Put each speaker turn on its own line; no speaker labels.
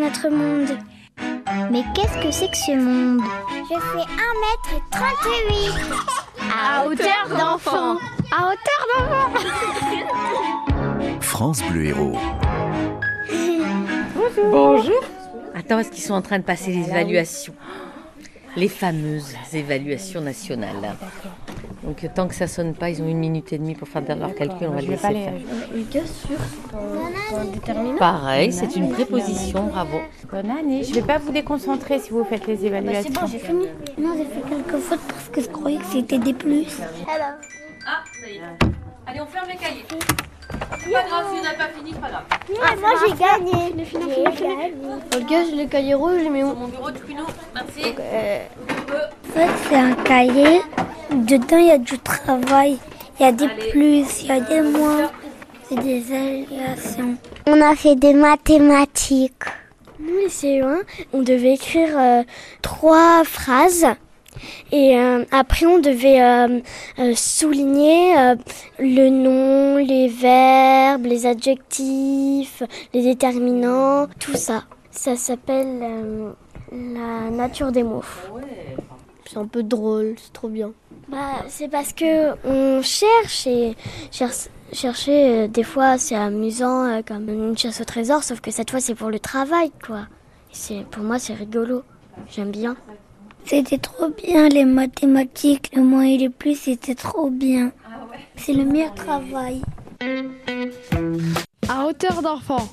notre monde.
Mais qu'est-ce que c'est que ce monde
Je fais 1m38
À hauteur d'enfant.
À hauteur d'enfant
France Bleu Héros.
Bonjour.
Attends, est-ce qu'ils sont en train de passer les évaluations Les fameuses évaluations nationales. Donc tant que ça sonne pas, ils ont une minute et demie pour faire leur calcul, on va les laisser faire. Pareil, c'est une préposition, bravo.
Bonne année. Je vais pas vous déconcentrer si vous faites les évaluations.
j'ai fini.
Non, j'ai fait quelques fautes parce que je croyais que c'était des plus.
Alors,
Ah, Allez, on ferme les cahiers. C'est pas grave, si on n'a pas fini, c'est pas grave.
moi j'ai gagné. J'ai gagné.
Sur mon bureau de pruneau, merci. Euh.
En fait, c'est un cahier. Dedans, il y a du travail. Il y a des plus, il y a
Euh,
des moins. C'est des alliations.
On a fait des mathématiques. Nous, les CE1, on devait écrire euh, trois phrases. Et euh, après, on devait euh, euh, souligner euh, le nom, les verbes, les adjectifs, les déterminants, tout ça. Ça s'appelle euh, la nature des mots.
C'est un peu drôle, c'est trop bien.
Bah, c'est parce que on cherche et cher- chercher euh, des fois c'est amusant euh, comme une chasse au trésor sauf que cette fois c'est pour le travail quoi. C'est pour moi c'est rigolo. J'aime bien.
C'était trop bien les mathématiques. Le moins et les plus, c'était trop bien. C'est le meilleur travail.
À hauteur d'enfant.